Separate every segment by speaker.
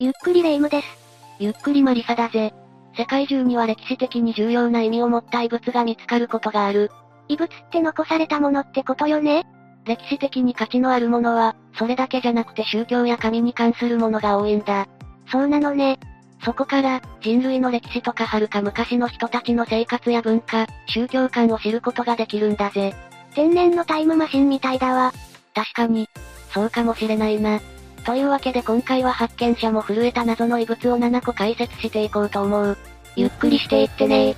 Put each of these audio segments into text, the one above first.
Speaker 1: ゆっくりレ夢ムです。
Speaker 2: ゆっくりマリサだぜ。世界中には歴史的に重要な意味を持った遺物が見つかることがある。
Speaker 1: 異物って残されたものってことよね
Speaker 2: 歴史的に価値のあるものは、それだけじゃなくて宗教や神に関するものが多いんだ。
Speaker 1: そうなのね。
Speaker 2: そこから、人類の歴史とか遥か昔の人たちの生活や文化、宗教観を知ることができるんだぜ。
Speaker 1: 天然のタイムマシンみたいだわ。
Speaker 2: 確かに。そうかもしれないな。というわけで今回は発見者も震えた謎の遺物を7個解説していこうと思う。ゆっくりしていってね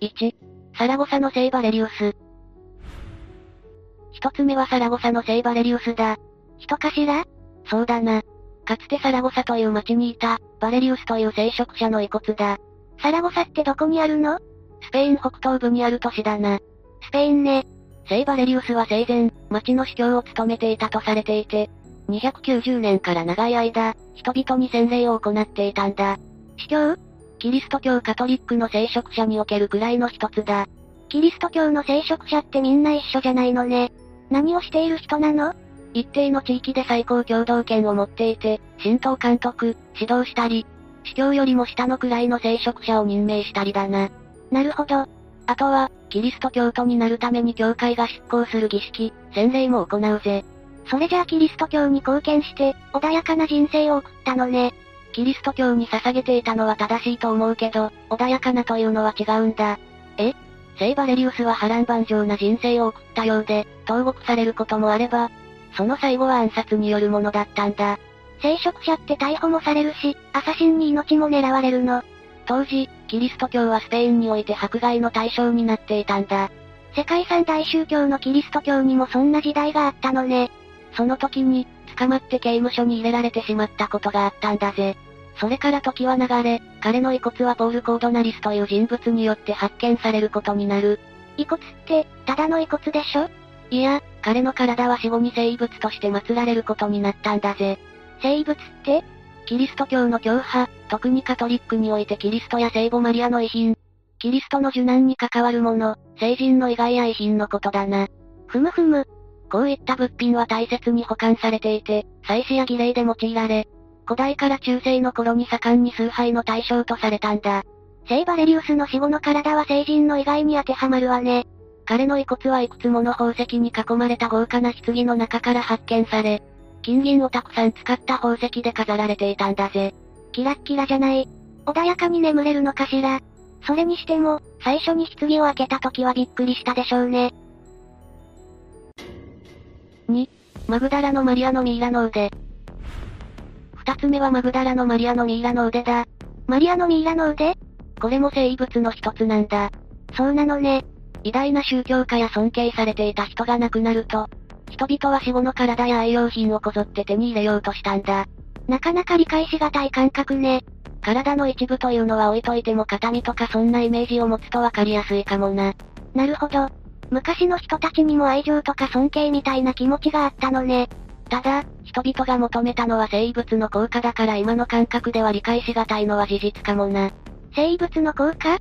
Speaker 2: 1、サラゴサの聖バレリウス。一つ目はサラゴサの聖バレリウスだ。
Speaker 1: 人かしら
Speaker 2: そうだな。かつてサラゴサという町にいた、バレリウスという聖職者の遺骨だ。
Speaker 1: サラゴサってどこにあるの
Speaker 2: スペイン北東部にある都市だな。
Speaker 1: スペインね。
Speaker 2: 聖バレリウスは生前、町の司教を務めていたとされていて、290年から長い間、人々に洗礼を行っていたんだ。
Speaker 1: 司教
Speaker 2: キリスト教カトリックの聖職者における位の一つだ。
Speaker 1: キリスト教の聖職者ってみんな一緒じゃないのね。何をしている人なの
Speaker 2: 一定の地域で最高共同権を持っていて、神道監督、指導したり、司教よりも下の位の聖職者を任命したりだな。
Speaker 1: なるほど。
Speaker 2: あとは、キリスト教徒になるために教会が執行する儀式、洗礼も行うぜ。
Speaker 1: それじゃあキリスト教に貢献して、穏やかな人生を送ったのね。
Speaker 2: キリスト教に捧げていたのは正しいと思うけど、穏やかなというのは違うんだ。え聖バレリウスは波乱万丈な人生を送ったようで、投獄されることもあれば、その最後は暗殺によるものだったんだ。
Speaker 1: 聖職者って逮捕もされるし、アサシンに命も狙われるの。
Speaker 2: 当時、キリスト教はスペインにおいて迫害の対象になっていたんだ。
Speaker 1: 世界三大宗教のキリスト教にもそんな時代があったのね。
Speaker 2: その時に、捕まって刑務所に入れられてしまったことがあったんだぜ。それから時は流れ、彼の遺骨はポール・コードナリスという人物によって発見されることになる。
Speaker 1: 遺骨って、ただの遺骨でしょ
Speaker 2: いや、彼の体は死後に生物として祀られることになったんだぜ。
Speaker 1: 生物って
Speaker 2: キリスト教の教派、特にカトリックにおいてキリストや聖母マリアの遺品、キリストの受難に関わるもの、聖人の遺骸や遺品のことだな。
Speaker 1: ふむふむ。
Speaker 2: こういった物品は大切に保管されていて、祭祀や儀礼で用いられ、古代から中世の頃に盛んに崇拝の対象とされたんだ。
Speaker 1: 聖バレリウスの死後の体は聖人の遺骸に当てはまるわね。
Speaker 2: 彼の遺骨はいくつもの宝石に囲まれた豪華な棺の中から発見され、金銀をたくさん使った宝石で飾られていたんだぜ。
Speaker 1: キラッキラじゃない。穏やかに眠れるのかしら。それにしても、最初に棺を開けた時はびっくりしたでしょうね。
Speaker 2: マグダラのマリアのミイラの腕。二つ目はマグダラのマリアのミイラの腕だ。
Speaker 1: マリアのミイラの腕
Speaker 2: これも聖物の一つなんだ。
Speaker 1: そうなのね。
Speaker 2: 偉大な宗教家や尊敬されていた人が亡くなると、人々は死後の体や栄養品をこぞって手に入れようとしたんだ。
Speaker 1: なかなか理解しがたい感覚ね。
Speaker 2: 体の一部というのは置いといても形見とかそんなイメージを持つとわかりやすいかもな。
Speaker 1: なるほど。昔の人たちにも愛情とか尊敬みたいな気持ちがあったのね。
Speaker 2: ただ、人々が求めたのは生物の効果だから今の感覚では理解しがたいのは事実かもな。
Speaker 1: 生物の効果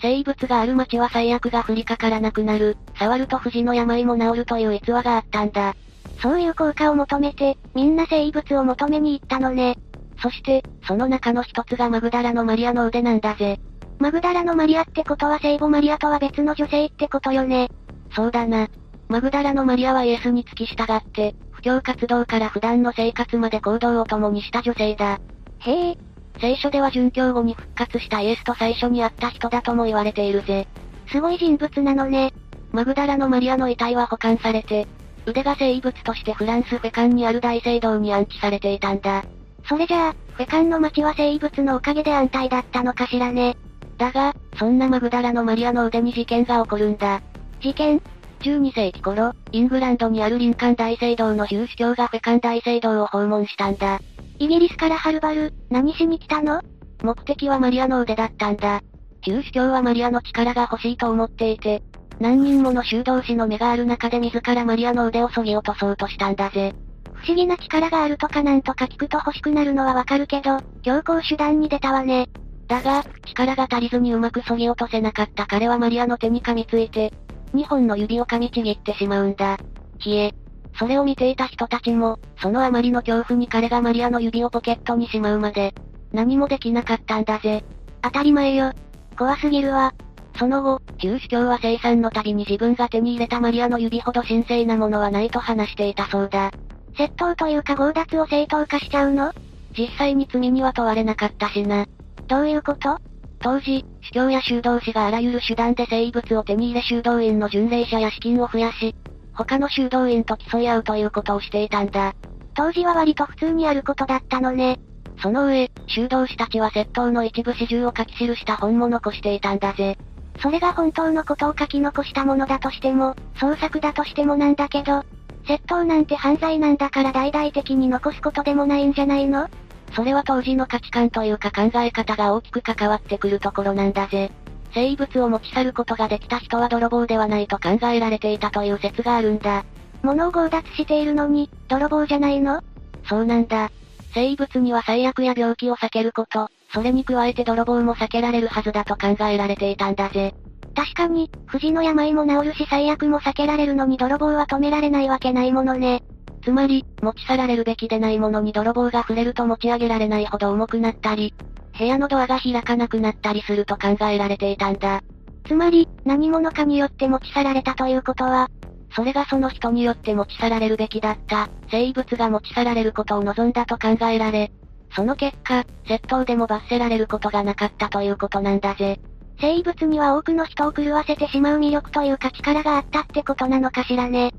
Speaker 2: 生物がある町は最悪が降りかからなくなる、触ると藤の病も治るという逸話があったんだ。
Speaker 1: そういう効果を求めて、みんな生物を求めに行ったのね。
Speaker 2: そして、その中の一つがマグダラのマリアの腕なんだぜ。
Speaker 1: マグダラのマリアってことは聖母マリアとは別の女性ってことよね。
Speaker 2: そうだな。マグダラのマリアはイエスに付き従って、布教活動から普段の生活まで行動を共にした女性だ。
Speaker 1: へえ、
Speaker 2: 聖書では殉教後に復活したイエスと最初に会った人だとも言われているぜ。
Speaker 1: すごい人物なのね。
Speaker 2: マグダラのマリアの遺体は保管されて、腕が生物としてフランスフェカンにある大聖堂に安置されていたんだ。
Speaker 1: それじゃあ、フェカンの町は生物のおかげで安泰だったのかしらね。
Speaker 2: だが、そんなマグダラのマリアの腕に事件が起こるんだ。
Speaker 1: 事件
Speaker 2: 12世紀頃、イングランドにある林間大聖堂の有司教がフェカン大聖堂を訪問したんだ。
Speaker 1: イギリスからはるばる、何しに来たの
Speaker 2: 目的はマリアの腕だったんだ。旧司教はマリアの力が欲しいと思っていて、何人もの修道士の目がある中で自らマリアの腕を削ぎ落とそうとしたんだぜ。
Speaker 1: 不思議な力があるとかなんとか聞くと欲しくなるのはわかるけど、強行手段に出たわね。
Speaker 2: だが、力が足りずにうまく削ぎ落とせなかった彼はマリアの手に噛みついて、2本の指を噛みちぎってしまうんだ。ひえ。それを見ていた人たちも、そのあまりの恐怖に彼がマリアの指をポケットにしまうまで、何もできなかったんだぜ。
Speaker 1: 当たり前よ。怖すぎるわ。
Speaker 2: その後、ヒュー主教は生産の度に自分が手に入れたマリアの指ほど神聖なものはないと話していたそうだ。
Speaker 1: 窃盗というか強奪を正当化しちゃうの
Speaker 2: 実際に罪には問われなかったしな。
Speaker 1: どういうこと
Speaker 2: 当時、主教や修道士があらゆる手段で生物を手に入れ修道院の巡礼者や資金を増やし、他の修道院と競い合うということをしていたんだ。
Speaker 1: 当時は割と普通にあることだったのね。
Speaker 2: その上、修道士たちは窃盗の一部始終を書き記した本も残していたんだぜ。
Speaker 1: それが本当のことを書き残したものだとしても、創作だとしてもなんだけど、窃盗なんて犯罪なんだから大々的に残すことでもないんじゃないの
Speaker 2: それは当時の価値観というか考え方が大きく関わってくるところなんだぜ。生物を持ち去ることができた人は泥棒ではないと考えられていたという説があるんだ。
Speaker 1: 物を強奪しているのに、泥棒じゃないの
Speaker 2: そうなんだ。生物には最悪や病気を避けること、それに加えて泥棒も避けられるはずだと考えられていたんだぜ。
Speaker 1: 確かに、不治の病も治るし最悪も避けられるのに泥棒は止められないわけないものね。
Speaker 2: つまり、持ち去られるべきでないものに泥棒が触れると持ち上げられないほど重くなったり、部屋のドアが開かなくなったりすると考えられていたんだ。
Speaker 1: つまり、何者かによって持ち去られたということは、
Speaker 2: それがその人によって持ち去られるべきだった、生物が持ち去られることを望んだと考えられ、その結果、窃盗でも罰せられることがなかったということなんだぜ。
Speaker 1: 生物には多くの人を狂わせてしまう魅力というか力があったってことなのかしらね。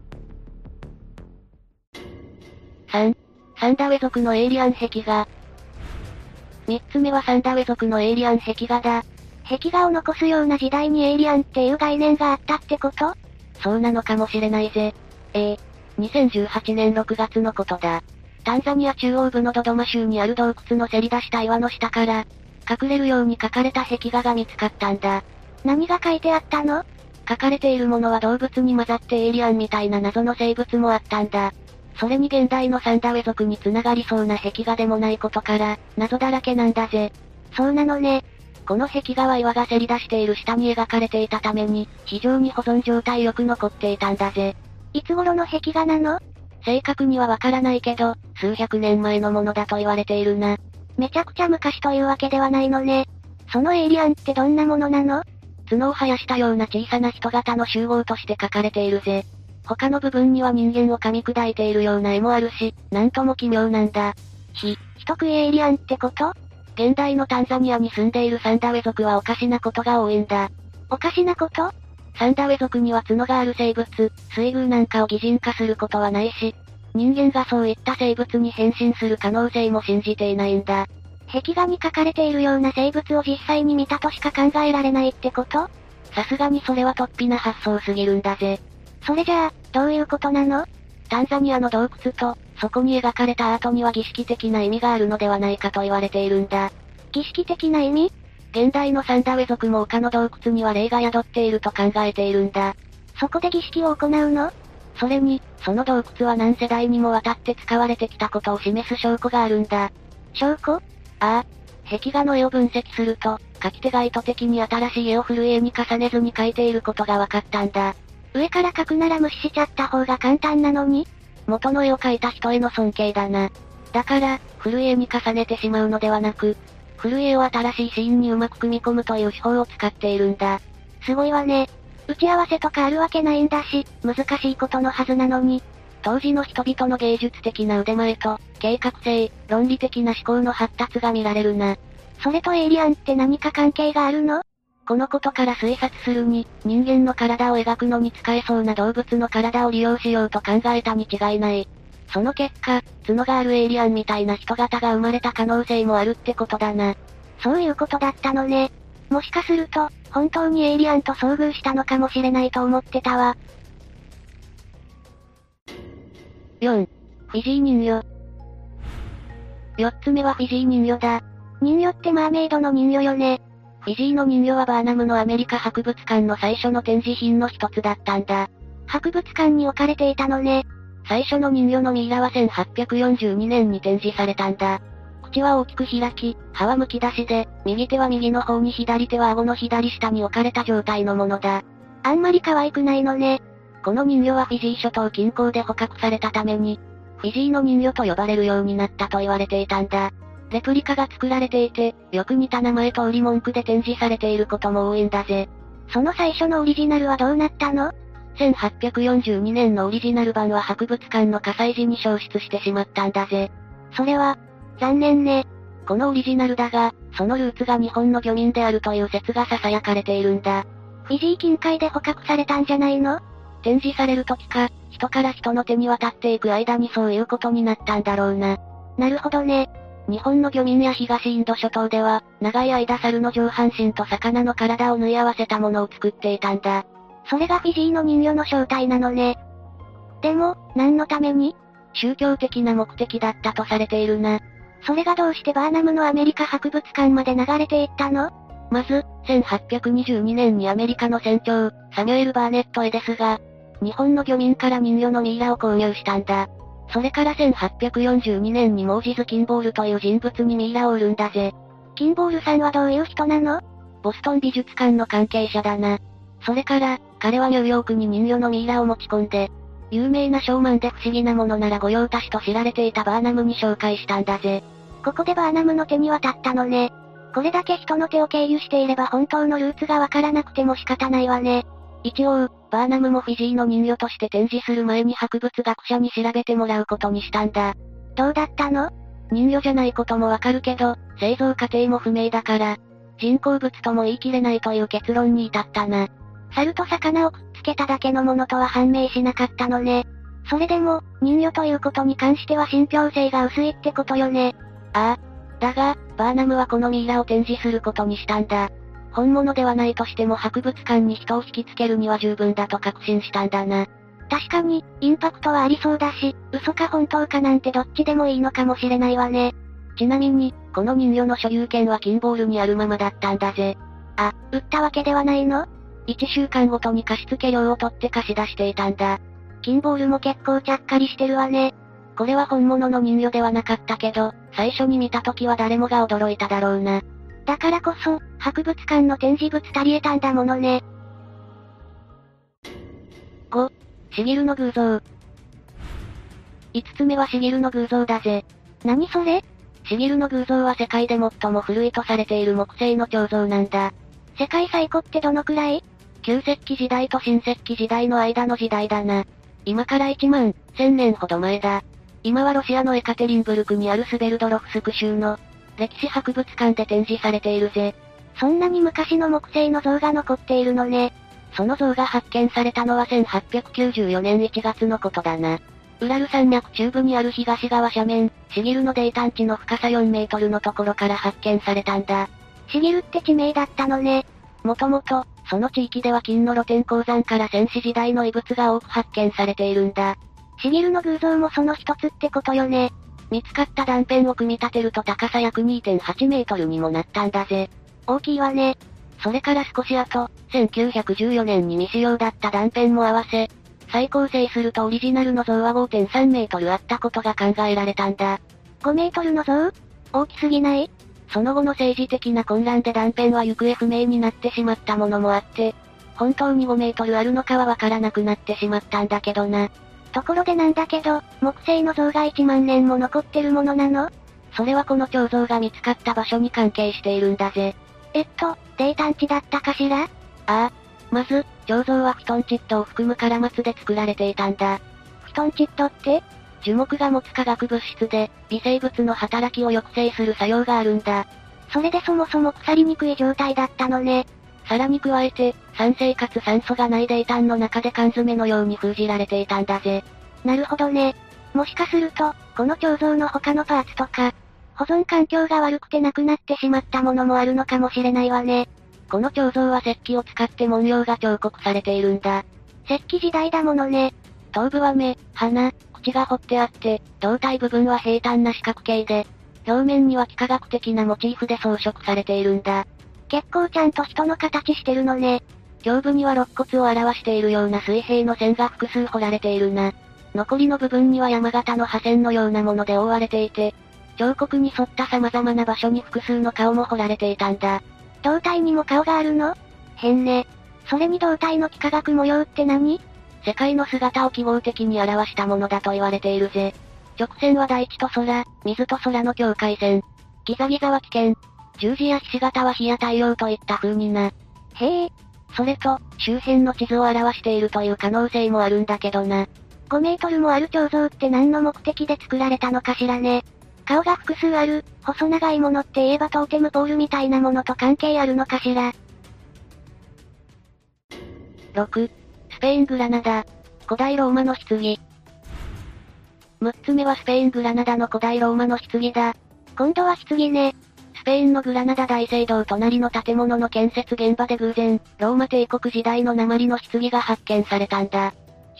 Speaker 2: 3、サンダウェ族のエイリアン壁画。3つ目はサンダウェ族のエイリアン壁画だ。
Speaker 1: 壁画を残すような時代にエイリアンっていう概念があったってこと
Speaker 2: そうなのかもしれないぜ。ええ2018年6月のことだ。タンザニア中央部のドドマ州にある洞窟のせり出した岩の下から、隠れるように書かれた壁画が見つかったんだ。
Speaker 1: 何が書いてあったの
Speaker 2: 書かれているものは動物に混ざってエイリアンみたいな謎の生物もあったんだ。それに現代のサンダウェ族に繋がりそうな壁画でもないことから、謎だらけなんだぜ。
Speaker 1: そうなのね。
Speaker 2: この壁画は岩がせり出している下に描かれていたために、非常に保存状態よく残っていたんだぜ。
Speaker 1: いつ頃の壁画なの
Speaker 2: 正確にはわからないけど、数百年前のものだと言われているな。
Speaker 1: めちゃくちゃ昔というわけではないのね。そのエイリアンってどんなものなの
Speaker 2: 角を生やしたような小さな人型の集合として書かれているぜ。他の部分には人間を噛み砕いているような絵もあるし、なんとも奇妙なんだ。
Speaker 1: ひ、人食いエイリアンってこと
Speaker 2: 現代のタンザニアに住んでいるサンダウェ族はおかしなことが多いんだ。
Speaker 1: おかしなこと
Speaker 2: サンダウェ族には角がある生物、水牛なんかを擬人化することはないし、人間がそういった生物に変身する可能性も信じていないんだ。
Speaker 1: 壁画に書かれているような生物を実際に見たとしか考えられないってこと
Speaker 2: さすがにそれは突飛な発想すぎるんだぜ。
Speaker 1: それじゃあ、どういうことなの
Speaker 2: タンザニアの洞窟と、そこに描かれたアートには儀式的な意味があるのではないかと言われているんだ。
Speaker 1: 儀式的な意味
Speaker 2: 現代のサンダウェ族も丘の洞窟には霊が宿っていると考えているんだ。
Speaker 1: そこで儀式を行うの
Speaker 2: それに、その洞窟は何世代にもわたって使われてきたことを示す証拠があるんだ。
Speaker 1: 証拠
Speaker 2: ああ。壁画の絵を分析すると、書き手が意図的に新しい絵を古い絵に重ねずに描いていることが分かったんだ。
Speaker 1: 上から描くなら無視しちゃった方が簡単なのに
Speaker 2: 元の絵を描いた人への尊敬だな。だから、古い絵に重ねてしまうのではなく、古い絵を新しいシーンにうまく組み込むという手法を使っているんだ。
Speaker 1: すごいわね。打ち合わせとかあるわけないんだし、難しいことのはずなのに。
Speaker 2: 当時の人々の芸術的な腕前と、計画性、論理的な思考の発達が見られるな。
Speaker 1: それとエイリアンって何か関係があるの
Speaker 2: このことから推察するに、人間の体を描くのに使えそうな動物の体を利用しようと考えたに違いない。その結果、角があるエイリアンみたいな人型が生まれた可能性もあるってことだな。
Speaker 1: そういうことだったのね。もしかすると、本当にエイリアンと遭遇したのかもしれないと思ってたわ。
Speaker 2: 4、フィジー人魚。4つ目はフィジー人魚だ。
Speaker 1: 人魚ってマーメイドの人魚よね。
Speaker 2: フィジーの人魚はバーナムのアメリカ博物館の最初の展示品の一つだったんだ。
Speaker 1: 博物館に置かれていたのね。
Speaker 2: 最初の人魚のミイラは1842年に展示されたんだ。口は大きく開き、歯はむき出しで、右手は右の方に左手は顎の左下に置かれた状態のものだ。
Speaker 1: あんまり可愛くないのね。
Speaker 2: この人魚はフィジー諸島近郊で捕獲されたために、フィジーの人魚と呼ばれるようになったと言われていたんだ。レプリカが作られていて、よく似た名前と売り文句で展示されていることも多いんだぜ。
Speaker 1: その最初のオリジナルはどうなったの
Speaker 2: 1842年のオリジナル版は博物館の火災時に消失してしまったんだぜ。
Speaker 1: それは、残念ね。
Speaker 2: このオリジナルだが、そのルーツが日本の漁民であるという説が囁かれているんだ。
Speaker 1: フィジー近海で捕獲されたんじゃないの
Speaker 2: 展示される時か、人から人の手に渡っていく間にそういうことになったんだろうな。
Speaker 1: なるほどね。
Speaker 2: 日本の漁民や東インド諸島では、長い間猿の上半身と魚の体を縫い合わせたものを作っていたんだ。
Speaker 1: それがフィジーの人魚の正体なのね。でも、何のために
Speaker 2: 宗教的な目的だったとされているな。
Speaker 1: それがどうしてバーナムのアメリカ博物館まで流れていったの
Speaker 2: まず、1822年にアメリカの船長、サミュエル・バーネット・エデスが、日本の漁民から人魚のミイラを購入したんだ。それから1842年にモージズ・キンボールという人物にミイラを売るんだぜ。
Speaker 1: キンボールさんはどういう人なの
Speaker 2: ボストン美術館の関係者だな。それから、彼はニューヨークに人魚のミイラを持ち込んで、有名なショーマンで不思議なものなら御用達と知られていたバーナムに紹介したんだぜ。
Speaker 1: ここでバーナムの手に渡ったのね。これだけ人の手を経由していれば本当のルーツがわからなくても仕方ないわね。
Speaker 2: 一応、バーナムもフィジーの人魚として展示する前に博物学者に調べてもらうことにしたんだ。
Speaker 1: どうだったの
Speaker 2: 人魚じゃないこともわかるけど、製造過程も不明だから、人工物とも言い切れないという結論に至ったな。
Speaker 1: 猿と魚をくっつけただけのものとは判明しなかったのね。それでも、人魚ということに関しては信憑性が薄いってことよね。
Speaker 2: ああ。だが、バーナムはこのミイラを展示することにしたんだ。本物ではないとしても博物館に人を引きつけるには十分だと確信したんだな。
Speaker 1: 確かに、インパクトはありそうだし、嘘か本当かなんてどっちでもいいのかもしれないわね。
Speaker 2: ちなみに、この人魚の所有権はキンボールにあるままだったんだぜ。
Speaker 1: あ、売ったわけではないの
Speaker 2: 1週間ごとに貸付料を取って貸し出していたんだ。
Speaker 1: キンボールも結構ちゃっかりしてるわね。
Speaker 2: これは本物の人魚ではなかったけど、最初に見た時は誰もが驚いただろうな。
Speaker 1: だからこそ、博物館の展示物足りえたんだものね。
Speaker 2: 5、しぎるの偶像。5つ目はしぎるの偶像だぜ。
Speaker 1: 何それ
Speaker 2: しぎるの偶像は世界で最も古いとされている木製の彫像なんだ。
Speaker 1: 世界最古ってどのくらい
Speaker 2: 旧石器時代と新石器時代の間の時代だな。今から1万、1000年ほど前だ。今はロシアのエカテリンブルクにあるスベルドロフスク州の歴史博物館で展示されているぜ。
Speaker 1: そんなに昔の木製の像が残っているのね。
Speaker 2: その像が発見されたのは1894年1月のことだな。ウラル山脈中部にある東側斜面、シギルの泥炭地の深さ4メートルのところから発見されたんだ。
Speaker 1: シギルって地名だったのね。
Speaker 2: もともと、その地域では金の露天鉱山から戦士時代の遺物が多く発見されているんだ。
Speaker 1: シギルの偶像もその一つってことよね。
Speaker 2: 見つかった断片を組み立てると高さ約2.8メートルにもなったんだぜ。
Speaker 1: 大きいわね。
Speaker 2: それから少し後、1914年に未使用だった断片も合わせ、再構成するとオリジナルの像は5.3メートルあったことが考えられたんだ。
Speaker 1: 5メートルの像大きすぎない
Speaker 2: その後の政治的な混乱で断片は行方不明になってしまったものもあって、本当に5メートルあるのかはわからなくなってしまったんだけどな。
Speaker 1: ところでなんだけど、木製の像が1万年も残ってるものなの
Speaker 2: それはこの彫像が見つかった場所に関係しているんだぜ。
Speaker 1: えっと、泥炭地だったかしらあ
Speaker 2: あ。まず、彫像はフトンチッドを含むカ松で作られていたんだ。
Speaker 1: フトンチッドって
Speaker 2: 樹木が持つ化学物質で、微生物の働きを抑制する作用があるんだ。
Speaker 1: それでそもそも腐りにくい状態だったのね。
Speaker 2: さらに加えて、酸性かつ酸素がない泥炭の中で缶詰のように封じられていたんだぜ。
Speaker 1: なるほどね。もしかすると、この彫像の他のパーツとか、保存環境が悪くてなくなってしまったものもあるのかもしれないわね。
Speaker 2: この彫像は石器を使って文様が彫刻されているんだ。
Speaker 1: 石器時代だものね。
Speaker 2: 頭部は目、鼻、口が彫ってあって、胴体部分は平坦な四角形で、表面には幾何学的なモチーフで装飾されているんだ。
Speaker 1: 結構ちゃんと人の形してるのね。
Speaker 2: 胸部には肋骨を表しているような水平の線が複数彫られているな。残りの部分には山形の破線のようなもので覆われていて、彫刻に沿った様々な場所に複数の顔も彫られていたんだ。
Speaker 1: 胴体にも顔があるの変ね。それに胴体の幾何学模様って何
Speaker 2: 世界の姿を記号的に表したものだと言われているぜ。直線は大地と空、水と空の境界線。ギザギザは危険。十字やひし形は日や太陽といった風にな。
Speaker 1: へえ、
Speaker 2: それと、周辺の地図を表しているという可能性もあるんだけどな。
Speaker 1: 5メートルもある彫像って何の目的で作られたのかしらね。顔が複数ある、細長いものって言えばトーテムポールみたいなものと関係あるのかしら。
Speaker 2: 6. スペイングラナダ。古代ローマの棺。6つ目はスペイングラナダの古代ローマの棺だ。
Speaker 1: 今度は棺ね。
Speaker 2: スペインのグラナダ大聖堂隣の建物の建設現場で偶然、ローマ帝国時代の鉛の棺が発見されたんだ。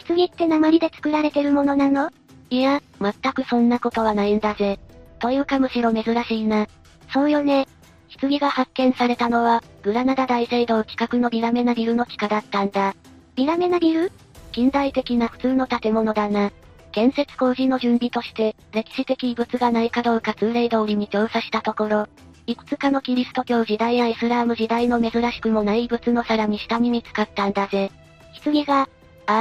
Speaker 1: 棺って鉛で作られてるものなの
Speaker 2: いや、全くそんなことはないんだぜ。というかむしろ珍しいな。
Speaker 1: そうよね。
Speaker 2: 棺が発見されたのは、グラナダ大聖堂近くのビラメナビルの地下だったんだ。
Speaker 1: ビラメナビル
Speaker 2: 近代的な普通の建物だな。建設工事の準備として、歴史的遺物がないかどうか通例通りに調査したところ、いくつかのキリスト教時代やイスラーム時代の珍しくもない遺物のさらに下に見つかったんだぜ。
Speaker 1: 棺が、
Speaker 2: あ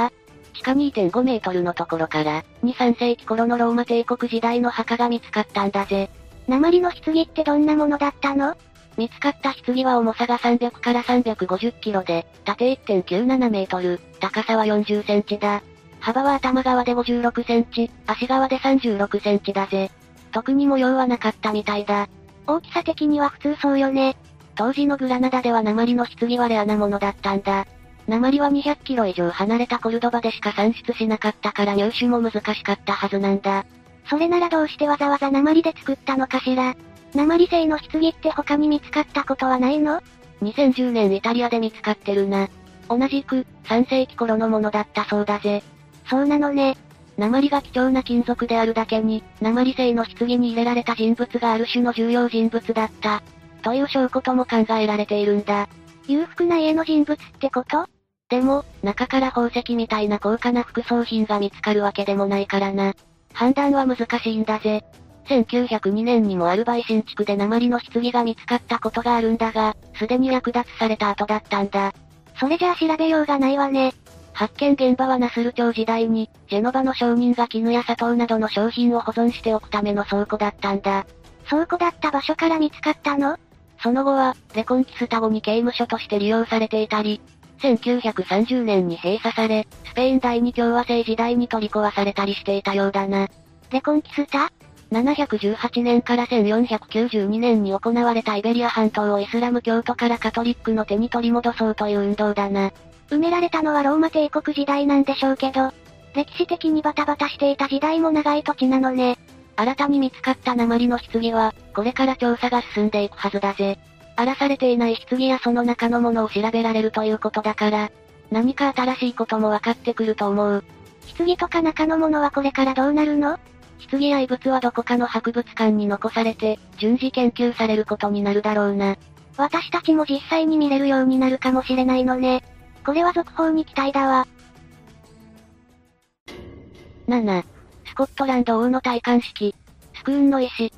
Speaker 2: あ。地下2.5メートルのところから、2、3世紀頃のローマ帝国時代の墓が見つかったんだぜ。
Speaker 1: 鉛の棺ってどんなものだったの
Speaker 2: 見つかった棺は重さが300から350キロで、縦1.97メートル、高さは40センチだ。幅は頭側で56センチ、足側で36センチだぜ。特に模様はなかったみたいだ。
Speaker 1: 大きさ的には普通そうよね。
Speaker 2: 当時のグラナダでは鉛の棺はレアなものだったんだ。鉛は200キロ以上離れたコルドバでしか産出しなかったから入手も難しかったはずなんだ。
Speaker 1: それならどうしてわざわざ鉛で作ったのかしら。鉛製の棺って他に見つかったことはないの
Speaker 2: 2010年イタリアで見つかってるな。同じく、3世紀頃のものだったそうだぜ。
Speaker 1: そうなのね。
Speaker 2: 鉛が貴重な金属であるだけに、鉛製の棺に入れられた人物がある種の重要人物だった。という証拠とも考えられているんだ。
Speaker 1: 裕福な家の人物ってこと
Speaker 2: でも、中から宝石みたいな高価な副葬品が見つかるわけでもないからな。判断は難しいんだぜ。1902年にもアルバイ新築で鉛の棺が見つかったことがあるんだが、すでに略奪された後だったんだ。
Speaker 1: それじゃあ調べようがないわね。
Speaker 2: 発見現場はナスル朝時代に、ジェノバの商人が絹や砂糖などの商品を保存しておくための倉庫だったんだ。
Speaker 1: 倉庫だった場所から見つかったの
Speaker 2: その後は、レコンキスタ後に刑務所として利用されていたり、1930年に閉鎖され、スペイン第二共和制時代に取り壊されたりしていたようだな。
Speaker 1: レコンキスタ
Speaker 2: 718年から1492年に行われたイベリア半島をイスラム教徒からカトリックの手に取り戻そうという運動だな。
Speaker 1: 埋められたのはローマ帝国時代なんでしょうけど、歴史的にバタバタしていた時代も長い土地なのね。
Speaker 2: 新たに見つかった鉛の棺は、これから調査が進んでいくはずだぜ。荒らされていない棺やその中のものを調べられるということだから、何か新しいことも分かってくると思う。
Speaker 1: 棺とか中のものはこれからどうなるの
Speaker 2: 棺や遺物はどこかの博物館に残されて、順次研究されることになるだろうな。
Speaker 1: 私たちも実際に見れるようになるかもしれないのね。これは続報に期待だわ。
Speaker 2: 7. スコットランド王の戴冠式。スクーンの石。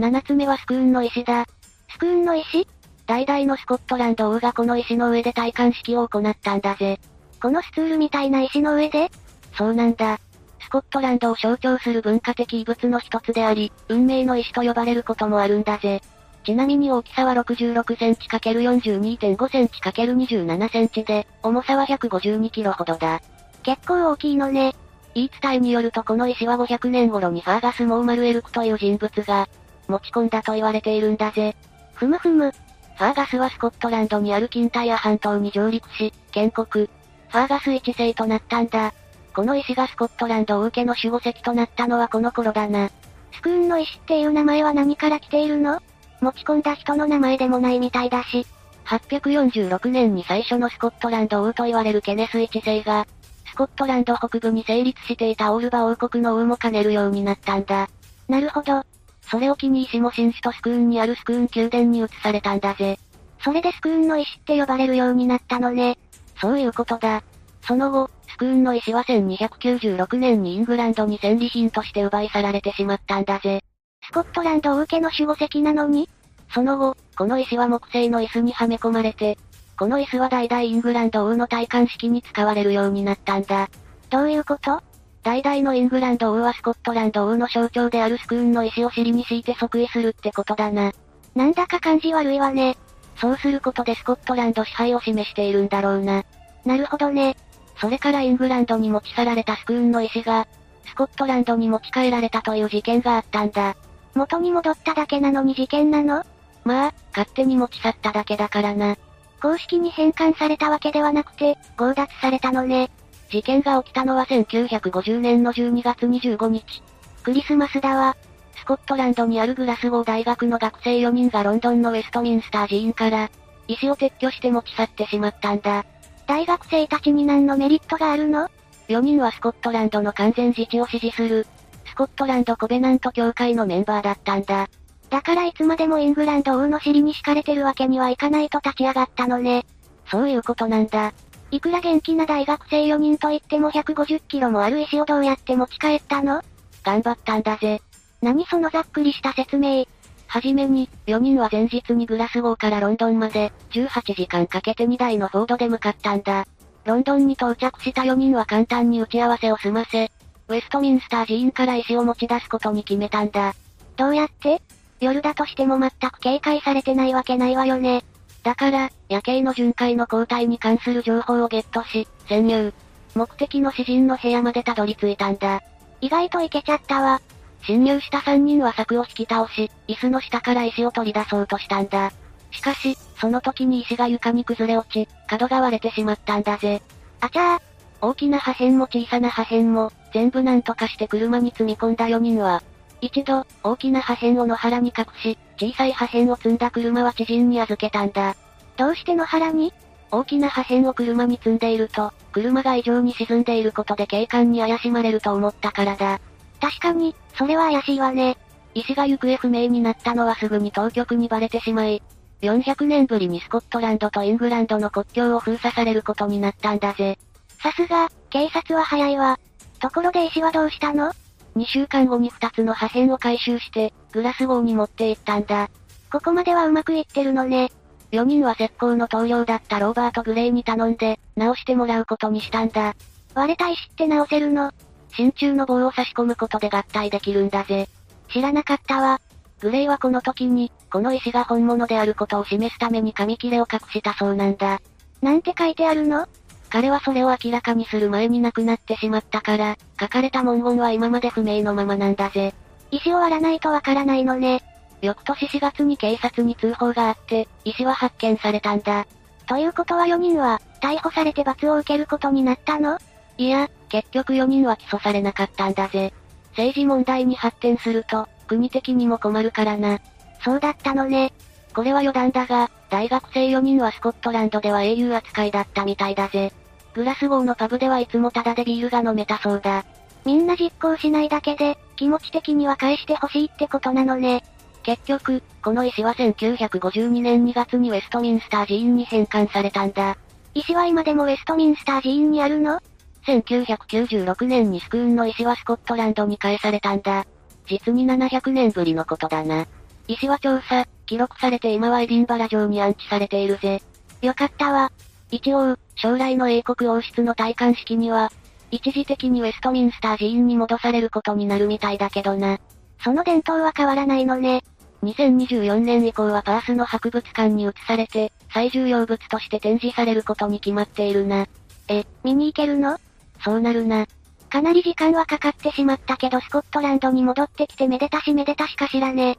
Speaker 2: 7つ目はスクーンの石だ。
Speaker 1: スクーンの石
Speaker 2: 代々のスコットランド王がこの石の上で戴冠式を行ったんだぜ。
Speaker 1: このスツールみたいな石の上で
Speaker 2: そうなんだ。スコットランドを象徴する文化的遺物の一つであり、運命の石と呼ばれることもあるんだぜ。ちなみに大きさは66センチ ×42.5 センチ ×27 センチで、重さは152キロほどだ。
Speaker 1: 結構大きいのね。
Speaker 2: 言い伝えによるとこの石は500年頃にファーガス・モーマルエルクという人物が持ち込んだと言われているんだぜ。
Speaker 1: ふむふむ。
Speaker 2: ファーガスはスコットランドにあるキンタイア半島に上陸し、建国。ファーガス一世となったんだ。この石がスコットランド王家の守護石となったのはこの頃だな。
Speaker 1: スクーンの石っていう名前は何から来ているの持ち込んだ人の名前でもないみたいだし。
Speaker 2: 846年に最初のスコットランド王と言われるケネス一世が、スコットランド北部に成立していたオールバ王国の王も兼ねるようになったんだ。
Speaker 1: なるほど。
Speaker 2: それを機に石も新首都スクーンにあるスクーン宮殿に移されたんだぜ。
Speaker 1: それでスクーンの石って呼ばれるようになったのね。
Speaker 2: そういうことだ。その後、スクーンの石は1296年にイングランドに戦利品として奪い去られてしまったんだぜ。
Speaker 1: スコットランド王家の守護石なのに
Speaker 2: その後、この石は木製の椅子にはめ込まれて、この椅子は代々イングランド王の戴冠式に使われるようになったんだ。
Speaker 1: どういうこと
Speaker 2: 代々のイングランド王はスコットランド王の象徴であるスクーンの石を尻に敷いて即位するってことだな。
Speaker 1: なんだか感じ悪いわね。
Speaker 2: そうすることでスコットランド支配を示しているんだろうな。
Speaker 1: なるほどね。
Speaker 2: それからイングランドに持ち去られたスクーンの石が、スコットランドに持ち帰られたという事件があったんだ。
Speaker 1: 元に戻っただけなのに事件なの
Speaker 2: まあ、勝手に持ち去っただけだからな。
Speaker 1: 公式に返還されたわけではなくて、強奪されたのね。
Speaker 2: 事件が起きたのは1950年の12月25日。
Speaker 1: クリスマスだわ。
Speaker 2: スコットランドにあるグラスゴー大学の学生4人がロンドンのウェストミンスター寺院から、石を撤去して持ち去ってしまったんだ。
Speaker 1: 大学生たちに何のメリットがあるの
Speaker 2: ?4 人はスコットランドの完全自治を支持する、スコットランドコベナント協会のメンバーだったんだ。
Speaker 1: だからいつまでもイングランド王の尻に敷かれてるわけにはいかないと立ち上がったのね。
Speaker 2: そういうことなんだ。
Speaker 1: いくら元気な大学生4人といっても150キロもある石をどうやって持ち帰ったの
Speaker 2: 頑張ったんだぜ。
Speaker 1: 何そのざっくりした説明。
Speaker 2: はじめに、4人は前日にグラスゴーからロンドンまで、18時間かけて2台のフォードで向かったんだ。ロンドンに到着した4人は簡単に打ち合わせを済ませ、ウェストミンスター寺院から石を持ち出すことに決めたんだ。
Speaker 1: どうやって夜だとしても全く警戒されてないわけないわよね。
Speaker 2: だから、夜景の巡回の交代に関する情報をゲットし、潜入。目的の詩人の部屋までたどり着いたんだ。
Speaker 1: 意外といけちゃったわ。
Speaker 2: 侵入した3人は柵を引き倒し、椅子の下から石を取り出そうとしたんだ。しかし、その時に石が床に崩れ落ち、角が割れてしまったんだぜ。
Speaker 1: あちゃー。
Speaker 2: 大きな破片も小さな破片も、全部なんとかして車に積み込んだ4人は、一度、大きな破片を野原に隠し、小さい破片を積んだ車は知人に預けたんだ。
Speaker 1: どうして野原に
Speaker 2: 大きな破片を車に積んでいると、車が異常に沈んでいることで警官に怪しまれると思ったからだ。
Speaker 1: 確かに、それは怪しいわね。
Speaker 2: 石が行方不明になったのはすぐに当局にバレてしまい、400年ぶりにスコットランドとイングランドの国境を封鎖されることになったんだぜ。
Speaker 1: さすが、警察は早いわ。ところで石はどうしたの
Speaker 2: ?2 週間後に2つの破片を回収して、グラス号に持って行ったんだ。
Speaker 1: ここまではうまくいってるのね。
Speaker 2: 4人は石膏の棟梁だったローバート・グレイに頼んで、直してもらうことにしたんだ。
Speaker 1: 割れた石って直せるの
Speaker 2: 真鍮の棒を差し込むことで合体できるんだぜ。
Speaker 1: 知らなかったわ。
Speaker 2: グレイはこの時に、この石が本物であることを示すために紙切れを隠したそうなんだ。
Speaker 1: なんて書いてあるの
Speaker 2: 彼はそれを明らかにする前に亡くなってしまったから、書かれた文言は今まで不明のままなんだぜ。
Speaker 1: 石を割らないとわからないのね。
Speaker 2: 翌年4月に警察に通報があって、石は発見されたんだ。
Speaker 1: ということは4人は、逮捕されて罰を受けることになったの
Speaker 2: いや、結局4人は起訴されなかったんだぜ。政治問題に発展すると、国的にも困るからな。
Speaker 1: そうだったのね。
Speaker 2: これは余談だが、大学生4人はスコットランドでは英雄扱いだったみたいだぜ。グラス号のパブではいつもタダでビールが飲めたそうだ。
Speaker 1: みんな実行しないだけで、気持ち的には返してほしいってことなのね。
Speaker 2: 結局、この石は1952年2月にウェストミンスター寺院に返還されたんだ。
Speaker 1: 石は今でもウェストミンスター寺院にあるの
Speaker 2: 1996年にスクーンの石はスコットランドに返されたんだ。実に700年ぶりのことだな。石は調査、記録されて今はエディンバラ城に安置されているぜ。
Speaker 1: よかったわ。
Speaker 2: 一応、将来の英国王室の戴冠式には、一時的にウェストミンスター寺院に戻されることになるみたいだけどな。
Speaker 1: その伝統は変わらないのね。
Speaker 2: 2024年以降はパースの博物館に移されて、最重要物として展示されることに決まっているな。
Speaker 1: え、見に行けるの
Speaker 2: そうなるな。
Speaker 1: かなり時間はかかってしまったけどスコットランドに戻ってきてめでたしめでたしかしらね。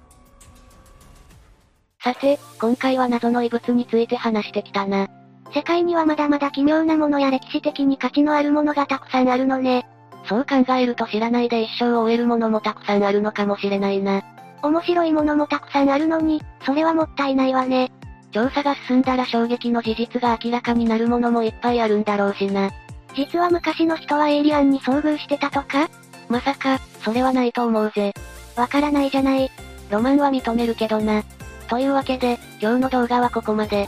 Speaker 2: さて、今回は謎の遺物について話してきたな。
Speaker 1: 世界にはまだまだ奇妙なものや歴史的に価値のあるものがたくさんあるのね。
Speaker 2: そう考えると知らないで一生を終えるものもたくさんあるのかもしれないな。
Speaker 1: 面白いものもたくさんあるのに、それはもったいないわね。
Speaker 2: 調査が進んだら衝撃の事実が明らかになるものもいっぱいあるんだろうしな。
Speaker 1: 実は昔の人はエイリアンに遭遇してたとか
Speaker 2: まさか、それはないと思うぜ。
Speaker 1: わからないじゃない。
Speaker 2: ロマンは認めるけどな。というわけで、今日の動画はここまで。